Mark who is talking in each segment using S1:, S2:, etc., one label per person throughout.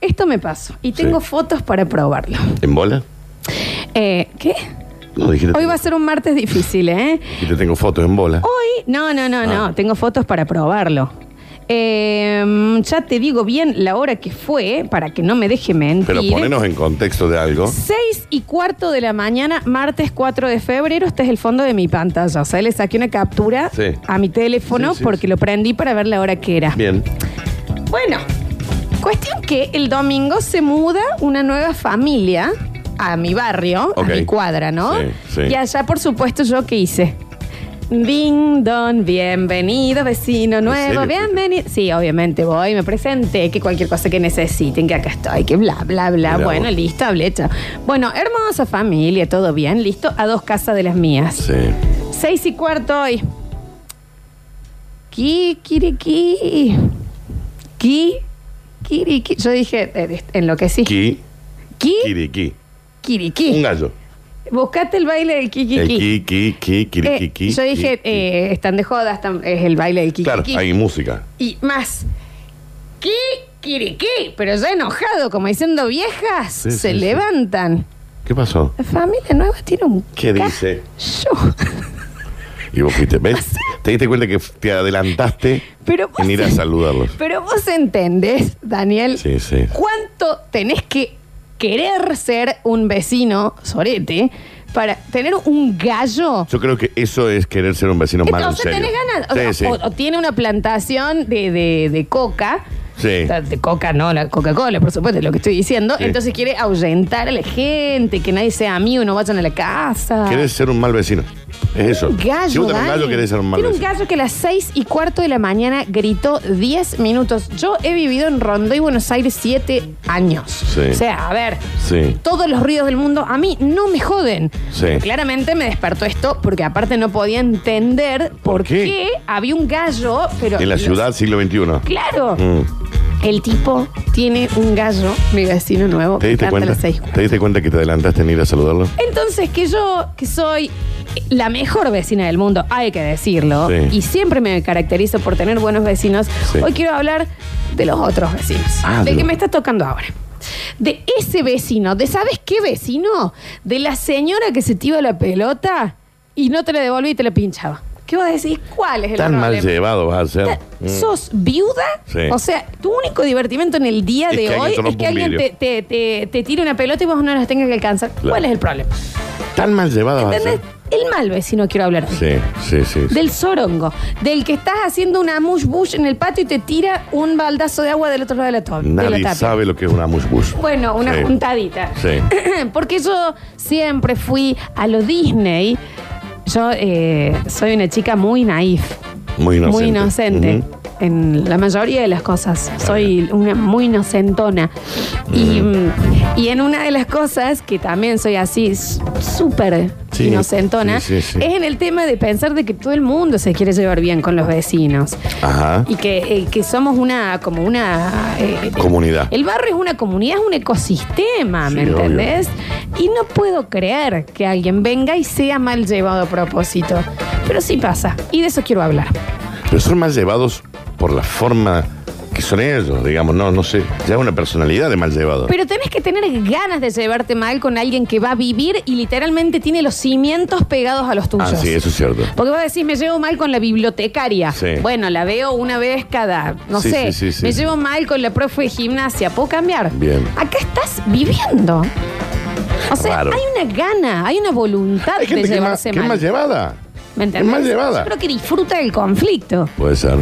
S1: Esto me pasó y tengo
S2: Sí.
S1: fotos para probarlo.
S2: ¿En bola?
S1: Eh, ¿Qué?
S2: No, dijiste.
S1: Hoy va a ser un martes difícil, ¿eh?
S2: Y te tengo fotos en bola.
S1: Hoy, no, no, no,
S2: Ah.
S1: no, tengo fotos para probarlo. Eh, ya te digo bien la hora que fue, eh, para que no me deje mentir.
S2: Pero ponenos en contexto de algo.
S1: 6 y cuarto de la mañana, martes 4 de febrero, este es el fondo de mi pantalla. O sea, le saqué una captura
S2: Sí.
S1: a mi teléfono
S2: Sí, sí,
S1: porque
S2: sí.
S1: lo prendí para ver la hora que era.
S2: Bien.
S1: Bueno, cuestión que el domingo se muda una nueva familia a mi barrio,
S2: Ok.
S1: a mi cuadra, ¿no?
S2: Sí, sí.
S1: Y allá, por supuesto, yo qué hice. Ding don, bienvenido, vecino nuevo,
S2: serio?
S1: bienvenido. Sí, obviamente voy, me presenté, que cualquier cosa que necesiten, que acá estoy, que bla, bla, bla.
S2: Mirá
S1: bueno,
S2: vos.
S1: listo, hablé, chao. Bueno, hermosa familia, todo bien, listo, a dos casas de las mías.
S2: Sí.
S1: Seis y cuarto hoy. Kikiriki. Kikiriki. Yo dije, eh, en lo que sí.
S2: Ki, kiriki. Un
S1: Kikiriki.
S2: gallo.
S1: Buscate el baile del
S2: El
S1: kikiriki.
S2: ki, ki, ki, kiriki, ki,
S1: Eh, yo dije,
S2: ki, ki.
S1: eh, están de joda, están- es el baile del
S2: Claro,
S1: kikiriki.
S2: hay música.
S1: Y más. Kikiriki. Pero ya enojado, como diciendo viejas,
S2: Sí,
S1: se
S2: sí, sí.
S1: levantan.
S2: ¿Qué pasó?
S1: La familia nueva tiene un.
S2: ¿Qué dice?
S1: Yo.
S2: Y vos fuiste, ¿ves? ¿Te diste cuenta que te adelantaste
S1: Pero vos
S2: en ir a
S1: en-
S2: saludarlos?
S1: Pero vos entendés, Daniel,
S2: Sí, sí.
S1: cuánto tenés que querer ser un vecino sorete para tener un gallo.
S2: Yo creo que eso es querer ser un vecino
S1: Que,
S2: malo,
S1: o
S2: en
S1: sea,
S2: serio.
S1: tenés ganas. O, sea,
S2: sí, sí.
S1: o- o tiene una plantación de, de- de coca.
S2: Sí.
S1: O sea, De coca, no, la Coca-Cola, por supuesto, es lo que estoy diciendo.
S2: Sí.
S1: Entonces quiere ahuyentar a la gente, que nadie sea amigo y no vayan a la casa.
S2: Querés ser un mal vecino. Es eso.
S1: Ah. Un gallo,
S2: si vos tenés un gallo,
S1: Dani.
S2: querés ser un mal
S1: Tiene
S2: vecino.
S1: un gallo que a las 6 y cuarto de la mañana gritó 10 minutos. Yo he vivido en Rondó y Buenos Aires 7 años.
S2: Sí.
S1: O sea, a ver,
S2: Sí.
S1: todos los ruidos del mundo a mí no me joden.
S2: Sí.
S1: Pero claramente me despertó esto porque aparte no podía entender por,
S2: ¿Por
S1: qué?
S2: qué?
S1: había un gallo, pero...
S2: En la
S1: los-
S2: ciudad, siglo XXI.
S1: Claro.
S2: Mm.
S1: El tipo tiene un gallo, mi vecino nuevo,
S2: ¿Te
S1: que
S2: diste
S1: canta a
S2: cuenta?
S1: las 6 y cuarto.
S2: ¿Te diste cuenta que te adelantaste en ir a saludarlo?
S1: Entonces, que yo, que soy la mejor vecina del mundo, hay que decirlo,
S2: Sí.
S1: y siempre me caracterizo por tener buenos vecinos,
S2: Sí.
S1: hoy quiero hablar de los otros vecinos,
S2: Ah,
S1: del
S2: de
S1: que
S2: lo-
S1: me está tocando ahora. De ese vecino, de ¿sabes qué vecino? De la señora que se te iba la pelota y no te la devolví y te la pinchaba. ¿Qué vas a decir? ¿Cuál es el
S2: Tan mal
S1: problema?
S2: llevado vas a ser.
S1: Ta- ¿Sos viuda?
S2: mm. Sí.
S1: O sea, tu único divertimento en el día
S2: Es
S1: de
S2: que alguien
S1: hoy
S2: te
S1: es
S2: rompa
S1: que
S2: un
S1: alguien te,
S2: vidrio.
S1: te, te- te tire una pelota y vos no las tengas que alcanzar. ¿Cuál es el problema?
S2: Tan mal llevado vas a
S1: ¿Entendés?
S2: ser.
S1: El mal vecino quiero hablar. hoy.
S2: Ah, Sí, sí, sí. sí.
S1: Del sorongo, del que estás haciendo una mush bush en el patio y te tira un baldazo de agua del otro lado de la, to- de la
S2: Nadie
S1: tapia.
S2: sabe lo que es una mushbush.
S1: Bueno, una
S2: Sí.
S1: juntadita.
S2: Sí.
S1: Porque yo siempre fui a lo Disney. Yo eh, soy una chica muy naif,
S2: Muy inocente.
S1: muy inocente.
S2: Ujú.
S1: En la mayoría de las cosas. Soy una muy inocentona. Y, mm, y en una de las cosas que también soy así, s- súper
S2: Sí,
S1: inocentona,
S2: sí, sí, sí.
S1: es en el tema de pensar de que todo el mundo se quiere llevar bien con los vecinos.
S2: Ajá.
S1: Y que, eh, que somos una, como una. eh,
S2: Comunidad.
S1: el barrio es una comunidad, es un ecosistema, ¿me
S2: Sí, obvio.
S1: entendés? Y no puedo creer que alguien venga y sea mal llevado a propósito. Pero sí pasa, y de eso quiero hablar.
S2: Pero son mal llevados por la forma que son ellos, digamos. No, no sé. Ya es una personalidad de mal llevado.
S1: Pero tenés que tener ganas de llevarte mal con alguien que va a vivir y literalmente tiene los cimientos pegados a los tuyos.
S2: ah, sí, eso es cierto.
S1: Porque vos decís, me llevo mal con la bibliotecaria.
S2: Sí.
S1: Bueno, la veo una vez cada, no
S2: Sí, sí,
S1: sé.
S2: sí, sí.
S1: me llevo mal con la profe de gimnasia. ¿Puedo cambiar?
S2: Bien.
S1: Acá estás viviendo. O sea,
S2: Raro.
S1: hay una gana, hay una voluntad
S2: Hay
S1: de
S2: gente que, es más-
S1: llevarse
S2: que es
S1: mal.
S2: mal llevada.
S1: ¿Me
S2: es
S1: entendés?
S2: mal llevada.
S1: Yo creo que disfruta del conflicto.
S2: Puede ser.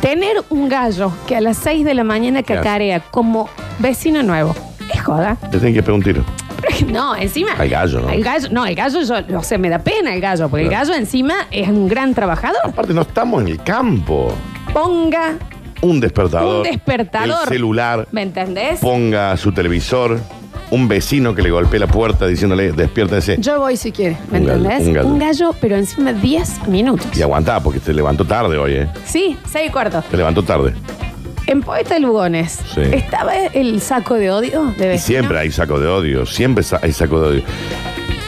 S1: Tener un gallo que a las 6 de la mañana cacarea como vecino nuevo. Es joda.
S2: Te tienen que pegar un tiro.
S1: No, encima.
S2: Al gallo, ¿no?
S1: El gallo, no, el gallo, yo, o sea, me da pena el gallo, porque
S2: Claro.
S1: el gallo encima es un gran trabajador.
S2: Aparte, no estamos en el campo.
S1: Ponga
S2: Un despertador.
S1: un despertador.
S2: El celular.
S1: ¿Me entendés?
S2: Ponga su televisor. Un vecino que le golpee la puerta diciéndole, despiértese.
S1: Yo voy si quiere, ¿me
S2: Un gallo,
S1: entendés?
S2: un gallo.
S1: pero encima 10 minutos.
S2: Y aguantá, porque te levantó tarde hoy, ¿eh?
S1: Sí, 6 y cuarto.
S2: Te levantó tarde.
S1: En Poeta Lugones,
S2: Sí.
S1: ¿estaba el saco de odio de
S2: Y
S1: vecino?
S2: siempre hay saco de odio, siempre sa- hay saco de odio.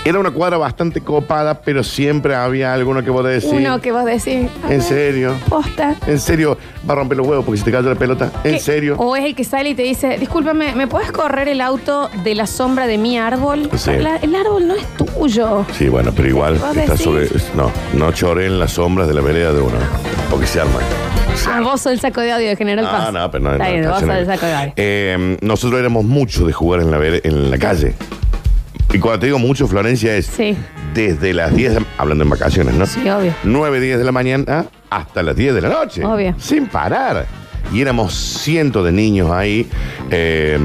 S2: Era una cuadra bastante copada, pero siempre había alguno que vos decís.
S1: Uno que vos decís. a
S2: ¿En
S1: ver,
S2: serio?
S1: Posta.
S2: En serio, va a romper los huevos porque si te cayó la pelota. ¿En
S1: ¿Qué? Oh.
S2: serio?
S1: O es el que sale y te dice, discúlpame, ¿me puedes correr el auto de la sombra de mi árbol?
S2: Sí.
S1: La- el árbol no es tuyo.
S2: Sí, bueno, pero igual
S1: ¿Vos
S2: está
S1: decís?
S2: sobre. No, no choré en las sombras de la vereda de uno. Porque se arma.
S1: Ah, vos sos el saco de audio de General
S2: Ah,
S1: Paz.
S2: no, pero no,
S1: Está
S2: no,
S1: bien,
S2: no,
S1: vos
S2: no,
S1: sos
S2: no.
S1: el saco de audio.
S2: Eh, nosotros éramos muchos de jugar en la, vere- en la calle. Y cuando te digo mucho, Florencia, es
S1: Sí.
S2: desde las 10, de- hablando en vacaciones, ¿no?
S1: Sí, obvio.
S2: 9, 10 de la mañana hasta las 10 de la noche.
S1: Obvio.
S2: Sin parar. Y éramos cientos de niños ahí. eh,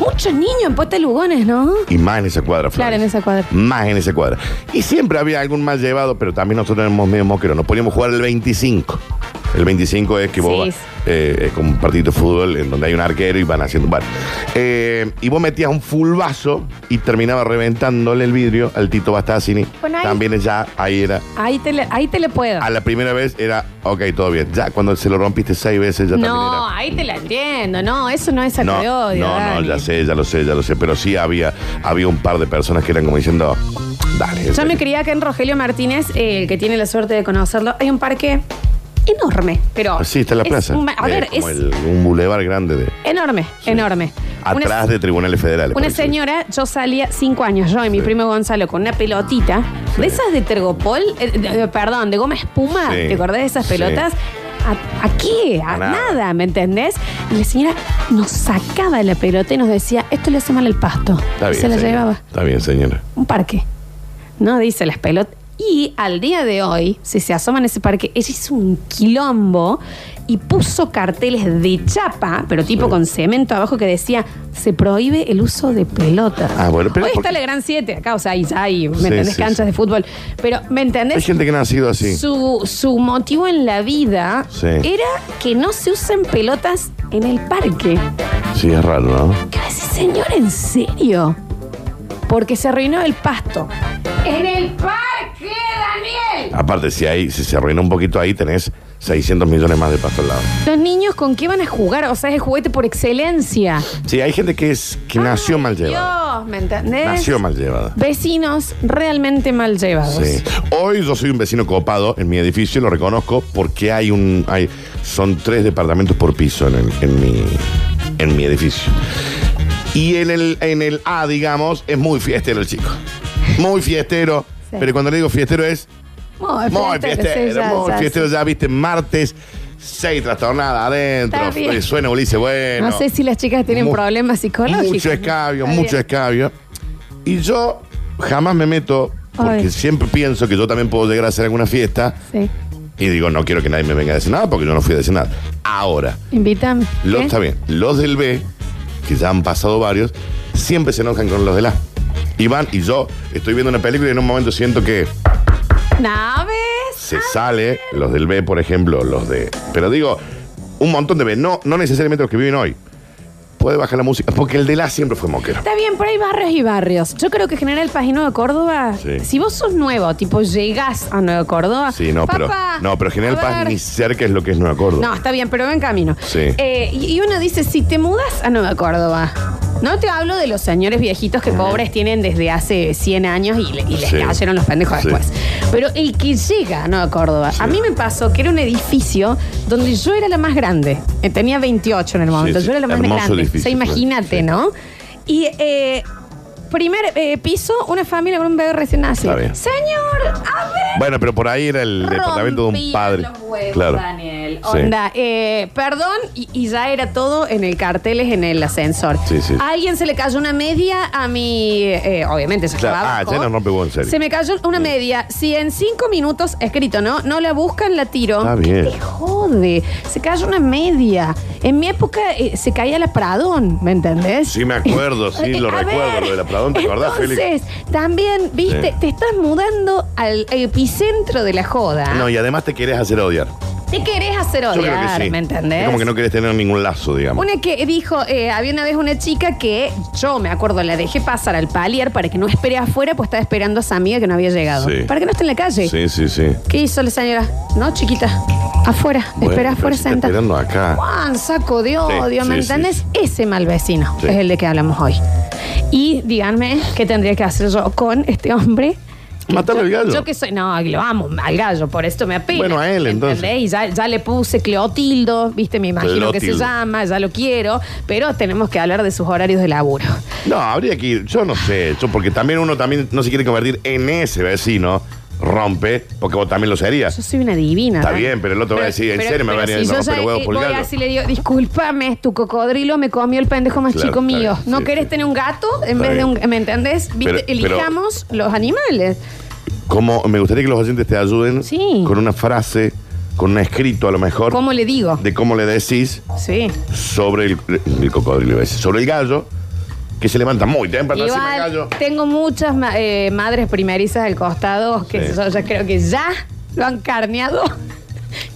S1: Muchos niños en Puerta de Lugones, ¿no?
S2: y más en esa cuadra,
S1: Claro, en
S2: Florencia.
S1: esa cuadra.
S2: Más en esa cuadra. Y siempre había algún mal llevado, pero también nosotros éramos medio mosqueros. Nos poníamos a jugar el 25. El 25 es que vos
S1: Sí.
S2: vas, eh, es como un partido de fútbol en donde hay un arquero y van haciendo bar. y vos metías un fulbazo y terminaba reventándole el vidrio al Tito Bastazzini.
S1: Bueno, ahí-
S2: También ya ahí era.
S1: Ahí te le, ahí te le puedo.
S2: A la primera vez era, ok, todo bien. Ya cuando se lo rompiste seis veces ya también
S1: No,
S2: era.
S1: ahí te la entiendo. No, eso no es saco
S2: No,
S1: de odio.
S2: no, no,
S1: Dani.
S2: ya sé, ya lo sé, ya lo sé. Pero sí había, había un par de personas que eran como diciendo, dale.
S1: Yo
S2: dale".
S1: me crié acá en Rogelio Martínez, eh, el que tiene la suerte de conocerlo. Hay un parque enorme, pero.
S2: Ah, Sí, está en la
S1: Oh, es
S2: plaza.
S1: un- a
S2: Eh,
S1: ver, es
S2: como el- un bulevar grande de.
S1: enorme, enorme. Una-
S2: Atrás de tribunales federales. por
S1: Una
S2: decir.
S1: señora, yo salía cinco años, yo y mi
S2: Sí.
S1: primo Gonzalo, con una pelotita, de esas de Tergopol, eh, de- de- perdón, de goma espuma,
S2: Sí.
S1: ¿te acordás de esas
S2: Sí.
S1: pelotas? ¿A, a qué? A,
S2: A
S1: nada.
S2: nada.
S1: ¿me entendés? Y la señora nos sacaba la pelota y nos decía, esto le hace mal el pasto.
S2: Está
S1: Y
S2: bien,
S1: se la
S2: señora.
S1: llevaba.
S2: Está bien, señora.
S1: Un parque. No dice las pelotas. Y al día de hoy, si se asoman a ese parque, ella hizo un quilombo y puso carteles de chapa, pero tipo
S2: Sí.
S1: con cemento abajo que decía, se prohíbe el uso de pelotas.
S2: Ah, bueno, pero
S1: hoy
S2: porque-
S1: está la Gran 7 acá, o sea, ahí, ahí, ¿me
S2: Sí,
S1: entendés?
S2: sí,
S1: Canchas
S2: sí.
S1: de fútbol. Pero, ¿me
S2: Hay
S1: entendés?
S2: gente que no ha sido así.
S1: Su, su motivo en la vida
S2: Sí.
S1: era que no se usen pelotas en el parque.
S2: Sí, es raro, ¿no?
S1: ¿Qué va a decir, señor? ¿En serio? Porque se arruinó el pasto. ¡En el parque, Daniel!
S2: Aparte, si ahí, si se arruina un poquito ahí, tenés 600 millones más de pasto al lado.
S1: Los niños, ¿con qué van a jugar? O sea, es el juguete por excelencia.
S2: Sí, hay gente que es que nació
S1: Ay,
S2: mal llevada.
S1: Dios, ¿me entendés?
S2: Nació mal llevada.
S1: Vecinos realmente mal llevados.
S2: Sí. Hoy yo soy un vecino copado en mi edificio, lo reconozco, porque hay un. Hay, son tres departamentos por piso en, el- en mi, en mi edificio. Y en el, en el A, digamos, es muy fiestero el chico. Muy fiestero.
S1: Sí.
S2: Pero cuando le digo fiestero es.
S1: Muy
S2: Muy
S1: fiestero, sí,
S2: fiestero,
S1: ya,
S2: muy
S1: ya,
S2: fiestero.
S1: sí.
S2: Ya viste, martes, seis trastornadas adentro.
S1: Está bien.
S2: Oye, Suena Ulises, bueno.
S1: No sé si las chicas tienen
S2: Mu-
S1: problemas psicológicos.
S2: Mucho escabio,
S1: Está
S2: mucho
S1: bien.
S2: escabio. Y yo jamás me meto porque
S1: Ay.
S2: siempre pienso que yo también puedo llegar a hacer alguna fiesta
S1: Sí.
S2: y digo, no quiero que nadie me venga a decir nada porque yo no fui a decir nada. Ahora,
S1: Invítame.
S2: los,
S1: ¿Eh?
S2: está bien, los del B, que ya han pasado varios, siempre se enojan con los del A. Y van, y yo estoy viendo una película y en un momento siento que
S1: ¿Naves?
S2: se sale, los del B, por ejemplo, los de. Pero digo, un montón de B, no, no necesariamente los que viven hoy. Puede bajar la música, porque el del A siempre fue moquero.
S1: Está bien, pero hay barrios y barrios. Yo creo que General Paz y Nueva Córdoba,
S2: Sí.
S1: si vos sos nuevo, tipo llegás a Nueva Córdoba.
S2: Sí, no,
S1: papá,
S2: pero. No, pero General
S1: a
S2: Paz
S1: ver.
S2: ni cerca es lo que es Nueva Córdoba.
S1: No, está bien, pero ven camino.
S2: Sí.
S1: Eh, y y uno dice, si te mudas a Nueva Córdoba, no te hablo de los señores viejitos que pobres tienen desde hace 100 años y, le- y les
S2: Sí.
S1: cayeron los pendejos
S2: Sí.
S1: después. Pero el que llega a Nueva Córdoba, a mí me pasó que era un edificio donde yo era la más grande. Eh, Tenía 28 en el momento,
S2: Sí, sí.
S1: yo era la más
S2: Hermoso
S1: grande.
S2: edificio,
S1: o sea, imagínate,
S2: sí.
S1: ¿no? Y eh, primer eh, piso, una familia con un bebé recién nacido.
S2: Está bien.
S1: Señor, a ver.
S2: Bueno, pero por ahí era el departamento de un
S1: Rompían
S2: padre.
S1: los huevos,
S2: claro.
S1: Daniel.
S2: Sí.
S1: Onda, eh, perdón, y, y ya era todo en el carteles, en el ascensor.
S2: Sí, sí.
S1: A alguien se le cayó una media a mi. eh, obviamente se
S2: Claro,
S1: acababa.
S2: ah, ya no rompe huevo, en serio.
S1: Se me cayó una media. Si en cinco minutos, escrito, ¿no? No la buscan, la tiro.
S2: Está bien.
S1: ¿Qué te jode? Se cayó una media. En mi época eh, se caía la Pradón, ¿me entendés?
S2: Sí, me acuerdo, sí,
S1: Eh,
S2: lo
S1: a
S2: recuerdo,
S1: ver,
S2: lo de la Pradón, ¿te acordás, Félix?
S1: Entonces, también, viste,
S2: Sí.
S1: te estás mudando al epicentro de la joda.
S2: No, y además te querés hacer odiar.
S1: Te querés hacer odiar,
S2: Yo creo que sí.
S1: ¿me entendés?
S2: Es como que no querés tener ningún lazo, digamos.
S1: Una que dijo, eh, había una vez una chica que yo me acuerdo, la dejé pasar al paliar para que no espere afuera, pues estaba esperando a esa amiga que no había llegado.
S2: Sí.
S1: Para que no esté en la calle.
S2: Sí, sí, sí.
S1: ¿Qué hizo la señora? No, chiquita, afuera,
S2: Bueno,
S1: espera
S2: pero
S1: afuera
S2: si está
S1: sentada.
S2: Esperando acá.
S1: Juan, saco de odio,
S2: Sí,
S1: ¿me
S2: sí,
S1: entendés?
S2: sí,
S1: Ese mal vecino
S2: Sí.
S1: es el de que hablamos hoy. Y díganme qué tendría que hacer yo con este hombre.
S2: Matarle
S1: Yo-
S2: al gallo.
S1: Yo que soy, no, lo amo al gallo, por esto me apena.
S2: Bueno, a él, entonces.
S1: ¿entendés? Y ya, ya le puse Cleotildo, viste, me imagino que se
S2: Cleotildo.
S1: llama, ya lo quiero, pero tenemos que hablar de sus horarios de laburo.
S2: No, habría que ir, yo no sé, yo porque también uno también no se quiere convertir en ese vecino, rompe, porque vos también lo serías.
S1: Yo soy una divina.
S2: Está
S1: ¿verdad?
S2: bien, pero el otro va a decir, en
S1: pero-
S2: serio me
S1: pero
S2: van a
S1: si
S2: decir,
S1: yo
S2: no,
S1: ya,
S2: pero huevos
S1: eh,
S2: por el
S1: voy
S2: gallo.
S1: así le digo, discúlpame, tu cocodrilo me comió el pendejo más
S2: Claro,
S1: chico
S2: está
S1: mío.
S2: bien,
S1: ¿No
S2: sí,
S1: querés
S2: sí.
S1: tener un gato en
S2: Está
S1: vez de
S2: bien.
S1: un... ¿Me entendés? Viste,
S2: Pero- pero-
S1: elijamos los animales.
S2: Como me gustaría que los oyentes te ayuden
S1: Sí.
S2: con una frase, con un escrito a lo mejor,
S1: ¿Cómo le digo?
S2: de cómo le decís
S1: Sí.
S2: sobre el, el cocodrilo, iba a decir, sobre el gallo, que se levanta muy temprano encima del gallo.
S1: Igual, tengo muchas ma- eh, madres primerizas al costado que
S2: Sí.
S1: yo ya creo que ya lo han carneado.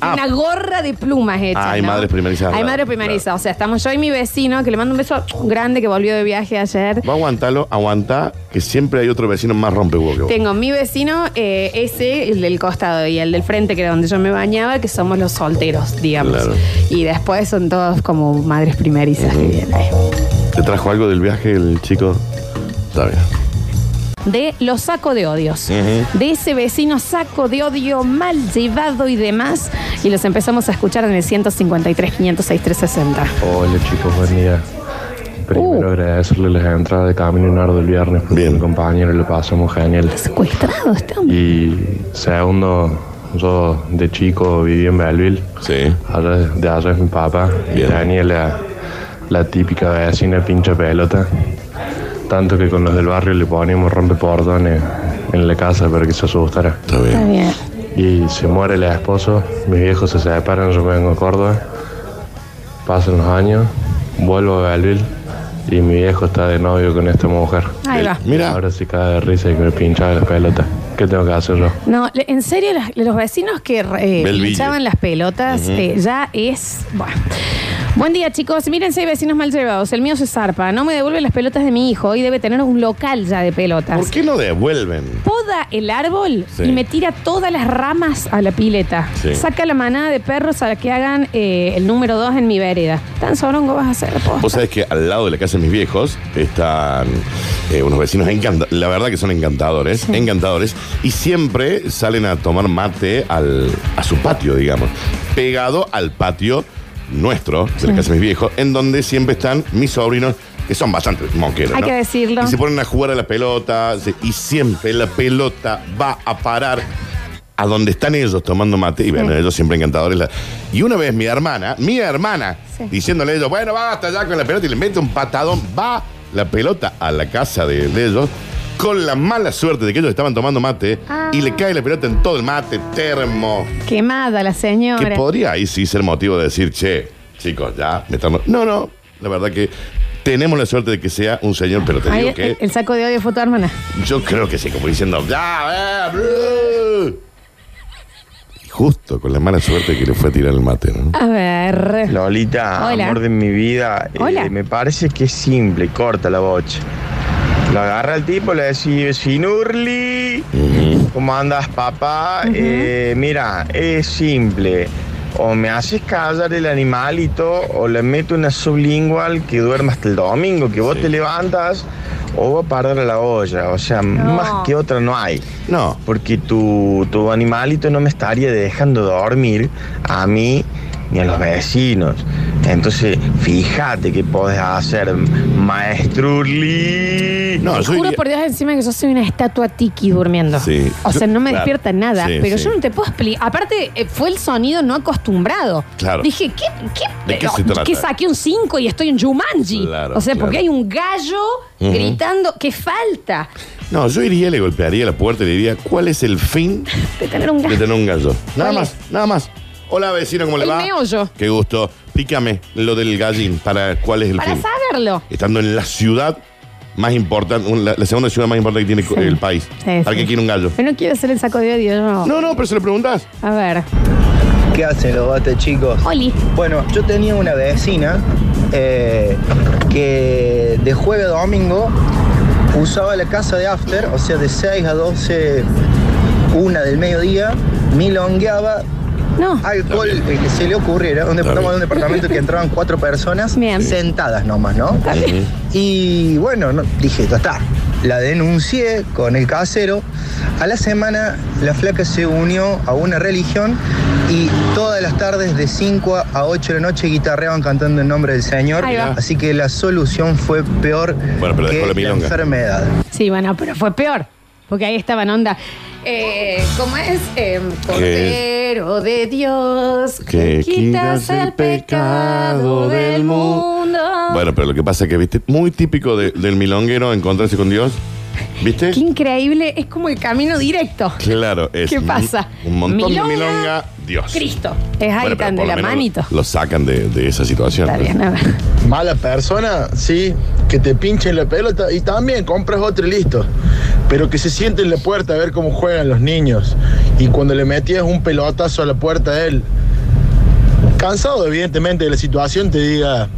S2: Ah.
S1: Una gorra de plumas hecha.
S2: Ah, hay
S1: ¿no?
S2: madres primerizas,
S1: Hay
S2: claro,
S1: madres primerizas. O sea, estamos yo y mi vecino, que le mando un beso grande que volvió de viaje ayer.
S2: Vos aguantalo, aguantá, que siempre hay otro vecino más rompehuevos que vos.
S1: Tengo mi vecino, eh, ese, el del costado, y el del frente, que era donde yo me bañaba, que somos los solteros, digamos.
S2: Claro.
S1: Y después son todos como madres primerizas que vienen ahí.
S2: ¿Te trajo algo del viaje el chico? Está bien.
S1: de los saco de odios,
S2: Ujú.
S1: de ese vecino saco de odio mal llevado y demás. Y los empezamos a escuchar en el 153, 506, 360.
S3: Hola chicos, buen día. Primero
S1: Uh.
S3: agradecerle las entradas de Camino Nardo el viernes porque
S2: Bien.
S3: mi compañero lo pasamos genial.
S1: Secuestrado este hombre.
S3: Y segundo, yo de chico viví en Belleville.
S2: Sí.
S3: Ahora de allá es mi papá.
S2: Bien.
S3: Y tenía la, la típica vecina pincha pelota. Tanto que con los del barrio le poníamos rompeportones en la casa para que se asustara.
S2: Está bien.
S1: Está bien.
S3: Y se muere el esposo, mis viejos se separan, yo me vengo a Córdoba, pasan los años, vuelvo a Belville y mi viejo está de novio con esta mujer.
S1: Ahí va.
S2: Mira,
S3: Ahora se cae de risa y me pinchaba las pelotas. ¿Qué tengo que hacer yo?
S1: No, le- en serio, las- los vecinos que eh,
S2: Belville.
S1: echaban las pelotas eh, ya es. Bueno. Buen día, chicos. Miren, seis vecinos mal llevados. El mío se zarpa. No me devuelve las pelotas de mi hijo. y debe tener un local ya de pelotas.
S2: ¿por qué no devuelven?
S1: poda el árbol
S2: Sí.
S1: y me tira todas las ramas a la pileta.
S2: Sí.
S1: Saca la manada de perros a que hagan eh, el número 2 en mi vereda. Tan sorongo vas a hacer, po.
S2: Vos sabés que al lado de la casa de mis viejos están eh, unos vecinos encantadores. La verdad que son encantadores, encantadores. Y siempre salen a tomar mate al, a su patio, digamos. Pegado al patio nuestro, de la casa de mis viejos, en donde siempre están mis sobrinos, que son bastante monqueros.
S1: Hay
S2: ¿no?
S1: que decirlo.
S2: Y se ponen a jugar a la pelota. se- Y siempre la pelota va a parar a donde están ellos tomando mate, y bueno, ellos siempre encantadores. la- Y una vez mi hermana, mi hermana,
S1: Sí.
S2: diciéndole a ellos, bueno, basta ya con la pelota, y le mete un patadón, va la pelota a la casa de, de ellos, con la mala suerte de que ellos estaban tomando mate,
S1: Ah.
S2: y le cae la pelota en todo el mate, termo,
S1: Quemada la
S2: que
S1: señora.
S2: podría ahí sí ser motivo de decir, che, chicos, ya, metamos. No, no, la verdad que tenemos la suerte de que sea un señor, pero te
S1: Ay, eh,
S2: digo
S1: el,
S2: que
S1: el saco de odio fue tu hermana.
S2: yo creo que sí, como diciendo, ya, eh, blu". Y Justo con la mala suerte que le fue a tirar el mate, ¿no?
S1: A ver.
S4: Lolita,
S1: Hola.
S4: amor de mi vida, eh,
S1: Hola.
S4: me parece que es simple, corta la bocha. Lo agarra el tipo, le decís, Finurli, ¿cómo andas, papá? Eh, mira, es simple. O me haces callar el animalito, o le meto una sublingual que duerma hasta el domingo, que vos
S2: Sí.
S4: te levantas, o va a parar a la olla. O sea, más que otra no hay.
S2: No.
S4: Porque tu, tu animalito no me estaría dejando dormir a mí ni a los vecinos. Entonces, fíjate qué podés hacer, maestruli.
S2: No,
S1: Te
S2: yo
S1: juro
S2: diría-
S1: por Dios encima que yo soy una estatua tiki durmiendo.
S2: Sí.
S1: O sea, no me
S2: Claro.
S1: despierta nada,
S2: Sí,
S1: pero
S2: sí.
S1: yo no te puedo explicar. Aparte, eh, fue el sonido no acostumbrado.
S2: Claro.
S1: Dije, ¿qué? qué
S2: ¿De qué
S1: no,
S2: se trata?
S1: que saqué un 5 y estoy en Jumanji.
S2: Claro,
S1: o sea, porque hay
S2: claro.
S1: un gallo
S2: Ujú.
S1: gritando, que falta
S2: No, yo iría, le golpearía la puerta y le diría, ¿cuál es el fin
S1: de tener un
S2: de
S1: gallo.
S2: tener un gallo? Nada
S1: ¿Cuál
S2: más, nada más. Hola vecino, ¿cómo le
S1: El
S2: va?
S1: meollo.
S2: Qué gusto. Pícame lo del gallín, para cuál es el
S1: Para
S2: fin.
S1: saberlo.
S2: Estando en la ciudad más importante, un- la, la segunda ciudad más importante que tiene
S1: Sí.
S2: el país.
S1: Sí,
S2: ¿Para
S1: sí.
S2: qué quiere un gallo?
S1: Yo no quiero hacer el saco de odio, no.
S2: No, no, pero se lo preguntás.
S1: A ver.
S5: ¿Qué hacen los gatos chicos?
S1: Oli.
S5: Bueno, yo tenía una vecina eh, que de jueves a domingo usaba la casa de after, o sea, de 6 a 12, una del mediodía, milongueaba
S1: No.
S5: alcohol eh, que se le ocurriera, un, dep-
S2: bien.
S5: estamos en un departamento que entraban cuatro personas
S1: Bien.
S5: sentadas nomás, ¿no?
S2: Ujú.
S5: Y bueno, no- dije, ya está. La denuncié con el casero. A la semana la flaca se unió a una religión y todas las tardes de 5 a- a 8 de la noche guitarreaban cantando en nombre del Señor.
S1: Ahí va.
S5: Así que la solución fue peor
S2: Bueno, pero dejó
S5: que
S2: la
S5: la
S2: milonga.
S5: enfermedad.
S1: Sí, bueno, pero fue peor. Porque ahí estaban onda. Eh, ¿Cómo es? Eh, Cordero de Dios, que quitas el pecado del mundo.
S2: Bueno, pero lo que pasa es que, viste, muy típico de- del milonguero encontrarse con Dios. ¿Viste?
S1: Qué increíble, es como el camino directo.
S2: Claro, es.
S1: ¿Qué pasa?
S2: Un montón
S1: Milonga,
S2: de milonga, Dios.
S1: Cristo. Es
S2: Bueno,
S1: ahí
S2: pero
S1: tan
S2: por
S1: de
S2: lo
S1: la
S2: menos
S1: manito.
S2: Lo sacan de, de esa situación.
S1: Está bien, a ver.
S6: Mala persona, sí, que te pinchen la pelota y también compras otro y listo. Pero que se siente en la puerta a ver cómo juegan los niños. Y cuando le metías un pelotazo a la puerta a él, cansado evidentemente de la situación, te diga,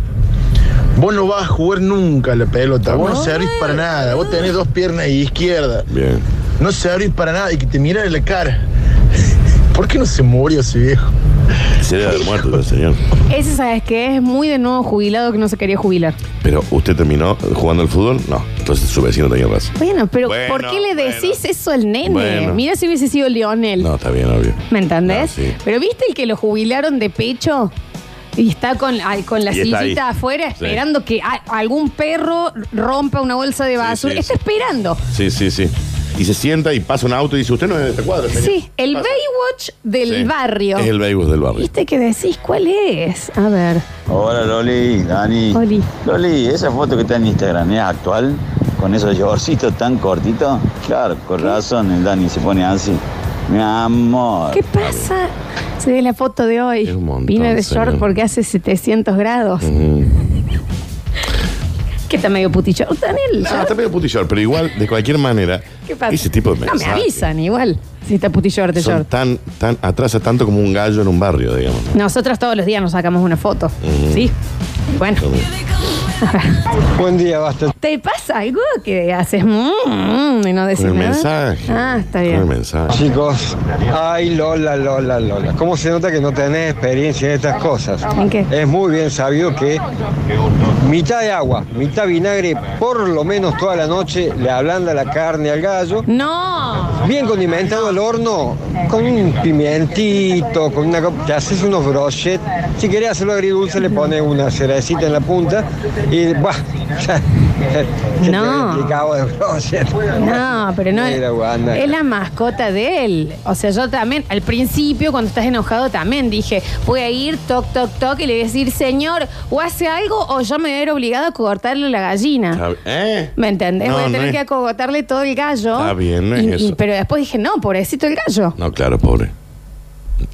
S6: vos no vas a jugar nunca a la pelota, vos no servís para nada, vos tenés dos piernas y izquierda,
S2: Bien.
S6: no servís para nada y que te mira en la cara. ¿Por qué no se murió ese viejo?
S2: Se debe haber muerto el señor.
S1: Ese, ¿sabes qué? Es muy de nuevo jubilado que no se quería jubilar.
S2: Pero usted terminó jugando al fútbol, no. Entonces su vecino tenía razón.
S1: Bueno, pero
S2: Bueno,
S1: ¿por qué le
S2: bueno.
S1: decís eso al nene?
S2: Bueno.
S1: Mira si hubiese sido Lionel.
S2: No, está bien, obvio.
S1: ¿Me entendés?
S2: No, sí.
S1: Pero ¿viste el que lo jubilaron de pecho? Y está con, ay, con la
S2: Y está
S1: sillita
S2: ahí.
S1: afuera
S2: Sí.
S1: esperando que a- algún perro rompa una bolsa de basura.
S2: sí,
S1: está
S2: sí.
S1: esperando.
S2: Sí, sí, sí. Y se sienta y pasa un auto y dice, usted no es de este cuadro. señor".
S1: Sí, el
S2: Pasa.
S1: Baywatch del
S2: Sí.
S1: barrio.
S2: Es el Baywatch del barrio.
S1: ¿Viste que decís cuál es? A ver.
S7: Hola Loli, Dani.
S1: Oli.
S7: Loli, esa foto que está en Instagram es actual, con esos yorcitos tan cortitos. Claro, con razón el Dani se pone así. Mi amor.
S1: ¿Qué pasa? Se ve la foto de hoy.
S2: Ah, Es un montón,
S1: Vine de
S2: señor.
S1: short porque hace 700 grados.
S2: Mm.
S1: Que está medio puticho. Daniel,
S2: No, Ah, está medio puti short, pero igual, de cualquier manera,
S1: ¿qué pasa?
S2: ese tipo de
S1: no, me
S2: mensajes
S1: avisan igual si está puticho de
S2: Son
S1: short.
S2: tan, tan, atrasa tanto como un gallo en un barrio, digamos. ¿no?
S1: Nosotros todos los días nos sacamos una foto. Sí. Bueno,
S8: Buen día, basta.
S1: ¿te pasa algo que haces mm, mm, y no decís
S2: Con el
S1: nada?
S2: mensaje.
S1: Ah, está
S2: Con el
S1: bien.
S2: mensaje.
S8: Chicos, ay Lola, Lola, Lola. ¿Cómo se nota que no tenés experiencia en estas cosas?
S1: ¿En qué?
S8: Es muy bien sabido que mitad de agua, mitad vinagre, por lo menos toda la noche, le ablanda la carne al gallo.
S1: No.
S8: Bien condimentado al horno, con un pimentito, con una co- te haces unos brochettes. Si querés hacerlo agridulce, le pones una cerecita en la punta y ¡buah! ¿Qué te
S1: No.
S8: explicaba de brochet?
S1: No, pero no.
S8: Mira, guanda.
S1: Es la mascota de él. O sea, yo también, al principio, cuando estás enojado, también dije, voy a ir, toc, toc, toc, y le voy a decir, señor, o hace algo o yo me voy a ver obligado a cortarle la gallina.
S2: ¿Eh?
S1: ¿Me entendés?
S2: No,
S1: Voy a tener
S2: no
S1: que
S2: es-
S1: acogotarle todo el gallo.
S2: Está bien, no es
S1: Oh, Y- y-
S2: eso.
S1: pero después dije, no, pobrecito el gallo.
S2: No, claro, pobre.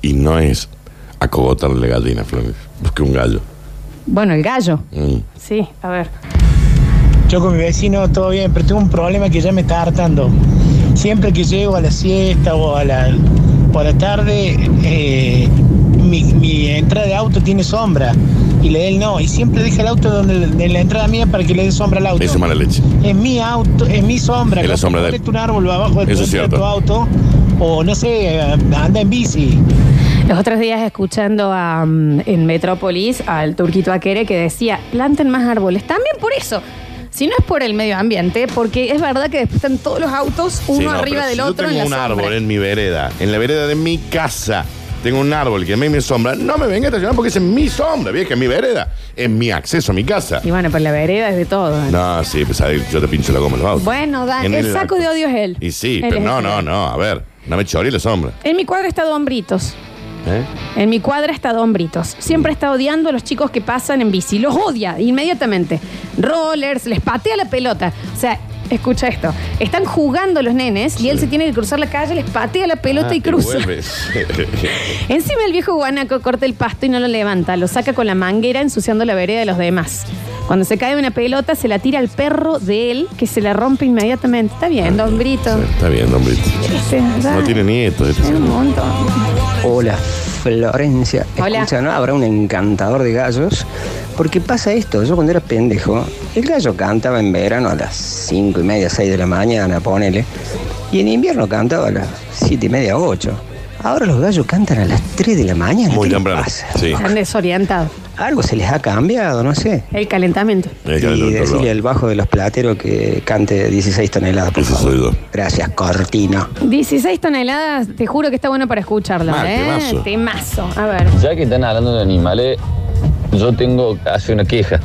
S2: Y no es acogotarle gallina, Flores. Busque un gallo.
S1: Bueno, el gallo.
S2: Mm.
S1: Sí, a ver.
S9: Yo con mi vecino todo bien, pero tengo un problema que ya me está hartando. Siempre que llego a la siesta o a la, por la tarde, eh, mi, mi entrada de auto tiene sombra y le él no. Y siempre deja el auto donde, de la entrada mía para que le dé sombra al auto.
S2: Eso es mala leche.
S9: Es mi auto, es mi sombra.
S2: Es la
S9: capaz
S2: sombra
S9: que
S2: de él.
S9: ponete un árbol abajo de tu,
S2: Eso es cierto.
S9: dentro de tu auto o no sé, eh, anda en bici.
S1: Los otros días escuchando a, mm, en Metrópolis al turquito Aquere que decía, planten más árboles. También por eso. Si no es por el medio ambiente, porque es verdad que después están todos los autos uno
S2: Sí, no,
S1: arriba
S2: pero
S1: del
S2: si
S1: otro
S2: Yo tengo
S1: en
S2: un
S1: la sombra.
S2: árbol en mi vereda, en la vereda de mi casa. Tengo un árbol que me mi sombra. No me venga a estacionar porque es en mi sombra, vieja, en mi vereda. Es mi acceso a mi casa.
S1: Y bueno, pero la vereda es de todo. ¿eh?
S2: No, sí, pues ahí yo te pincho la goma en los autos.
S1: Bueno, da-
S2: En
S1: el
S2: acto.
S1: saco de odio es él.
S2: Y sí,
S1: Él
S2: pero
S1: es
S2: no,
S1: el-
S2: no, no. A ver, no me choré la sombra.
S1: En mi cuadra está Don Britos.
S2: ¿Eh?
S1: En mi cuadra está Don Britos. Siempre está odiando a los chicos que pasan en bici. Los odia inmediatamente. Rollers, les patea la pelota. O sea, escucha esto. Están jugando los nenes y él se tiene que cruzar la calle, les patea la pelota
S2: Ah,
S1: y cruza.
S2: vuelve.
S1: Encima el viejo guanaco corta el pasto y no lo levanta. Lo saca con la manguera ensuciando la vereda de los demás. Cuando se cae una pelota, se la tira al perro de él, que se la rompe inmediatamente. Está bien, Don Brito.
S2: Ah, Sí, Está bien, hombre.
S1: Este,
S2: No
S1: da-
S2: tiene nietos. este
S1: da un
S2: señor.
S1: montón.
S10: Hola, Florencia.
S1: Hola.
S10: Escucha, ¿no? Habrá un encantador de gallos. Porque pasa esto, yo cuando era pendejo, el gallo cantaba en verano a las 5 y media, 6 de la mañana, ponele. Y en invierno cantaba a las 7 y media, 8. Ahora los gallos cantan a las 3 de la mañana.
S2: Muy
S10: ¿Qué les
S2: temprano.
S10: pasa?
S2: Sí.
S1: Están desorientados.
S10: Algo se les ha cambiado, no sé.
S1: El calentamiento.
S2: Es que
S10: y
S2: el doctor
S10: decirle
S2: Lobo.
S10: al bajo de los plateros que cante 16 toneladas, por
S2: Ese
S10: favor.
S2: soy yo.
S10: Gracias, Cortino.
S1: 16 toneladas, te juro que está bueno para escucharlo,
S2: Ah,
S1: ¿eh?
S2: temazo.
S1: Temazo. A ver.
S11: Ya que están hablando de animales, yo tengo casi una queja.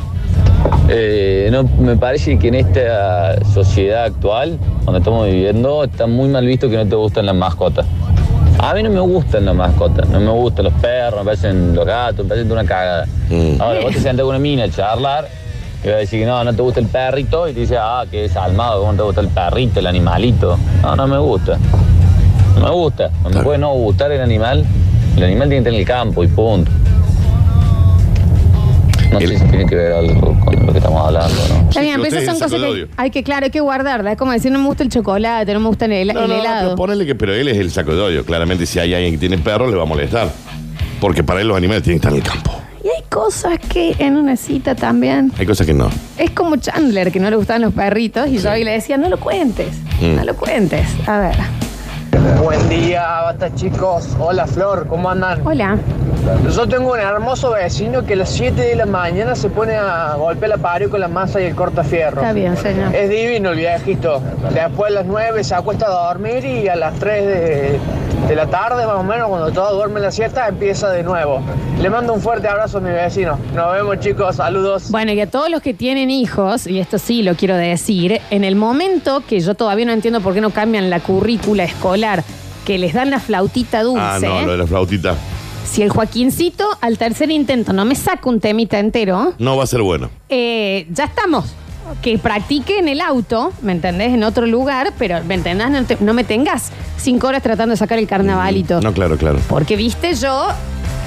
S11: Eh, no, me parece que en esta sociedad actual, donde estamos viviendo, está muy mal visto que no te gustan las mascotas. A mí no me gustan las mascotas, no me gustan los perros, me parecen los gatos, me parecen una cagada.
S2: Mm.
S11: Ahora, vos te sentás con una mina a charlar y vas a decir que no, no te gusta el perrito y te dice, ah, que es almado, ¿cómo no te gusta el perrito, el animalito? No, no me gusta. No me gusta. No me
S2: Claro.
S11: puede no gustar el animal. El animal tiene que estar en el campo y punto. No
S2: El-
S11: sé si tiene que ver algo con lo que estamos hablando, ¿no?
S1: Está
S2: Sí,
S1: bien,
S2: que
S1: pero esas
S2: ustedes
S1: son
S2: sacan
S1: cosas
S2: de
S1: que
S2: odio.
S1: hay que, claro, hay que guardarlas. Es como decir, no me gusta el chocolate, no me gusta el, hel-
S2: No,
S1: el
S2: no, no,
S1: helado.
S2: pero ponele que, pero él es el saco de odio. Claramente, si hay alguien que tiene perro, le va a molestar. Porque para él los animales tienen que estar en el campo.
S1: y hay cosas que en una cita también.
S2: Hay cosas que no.
S1: Es como Chandler, que no le gustaban los perritos, y yo ahí le decía, no lo cuentes,
S2: Mm.
S1: no lo cuentes. A ver.
S12: Buen día, basta chicos. Hola Flor, ¿cómo andan?
S1: Hola.
S12: Yo tengo un hermoso vecino que a las 7 de la mañana se pone a golpear la pario con la masa y el cortafierro.
S1: Está bien, señor.
S12: Es divino el viejito. Después a las 9 se acuesta a dormir y a las 3 de, de la tarde, más o menos, cuando todos duermen la siesta, empieza de nuevo. Le mando un fuerte abrazo a mi vecino. Nos vemos chicos, saludos.
S1: Bueno, y a todos los que tienen hijos, y esto sí lo quiero decir, en el momento que yo todavía no entiendo por qué no cambian la currícula escolar, que les dan la flautita dulce, ¿eh?
S2: Ah, no, lo de la flautita.
S1: si el Joaquincito al tercer intento no me saca un temita entero,
S2: No va a ser bueno.
S1: eh, ya estamos. Que practique en el auto, ¿me entendés? En otro lugar, pero ¿me entendés? No, te- no me tengas cinco horas tratando de sacar el carnavalito.
S2: No, claro, claro.
S1: Porque, viste, yo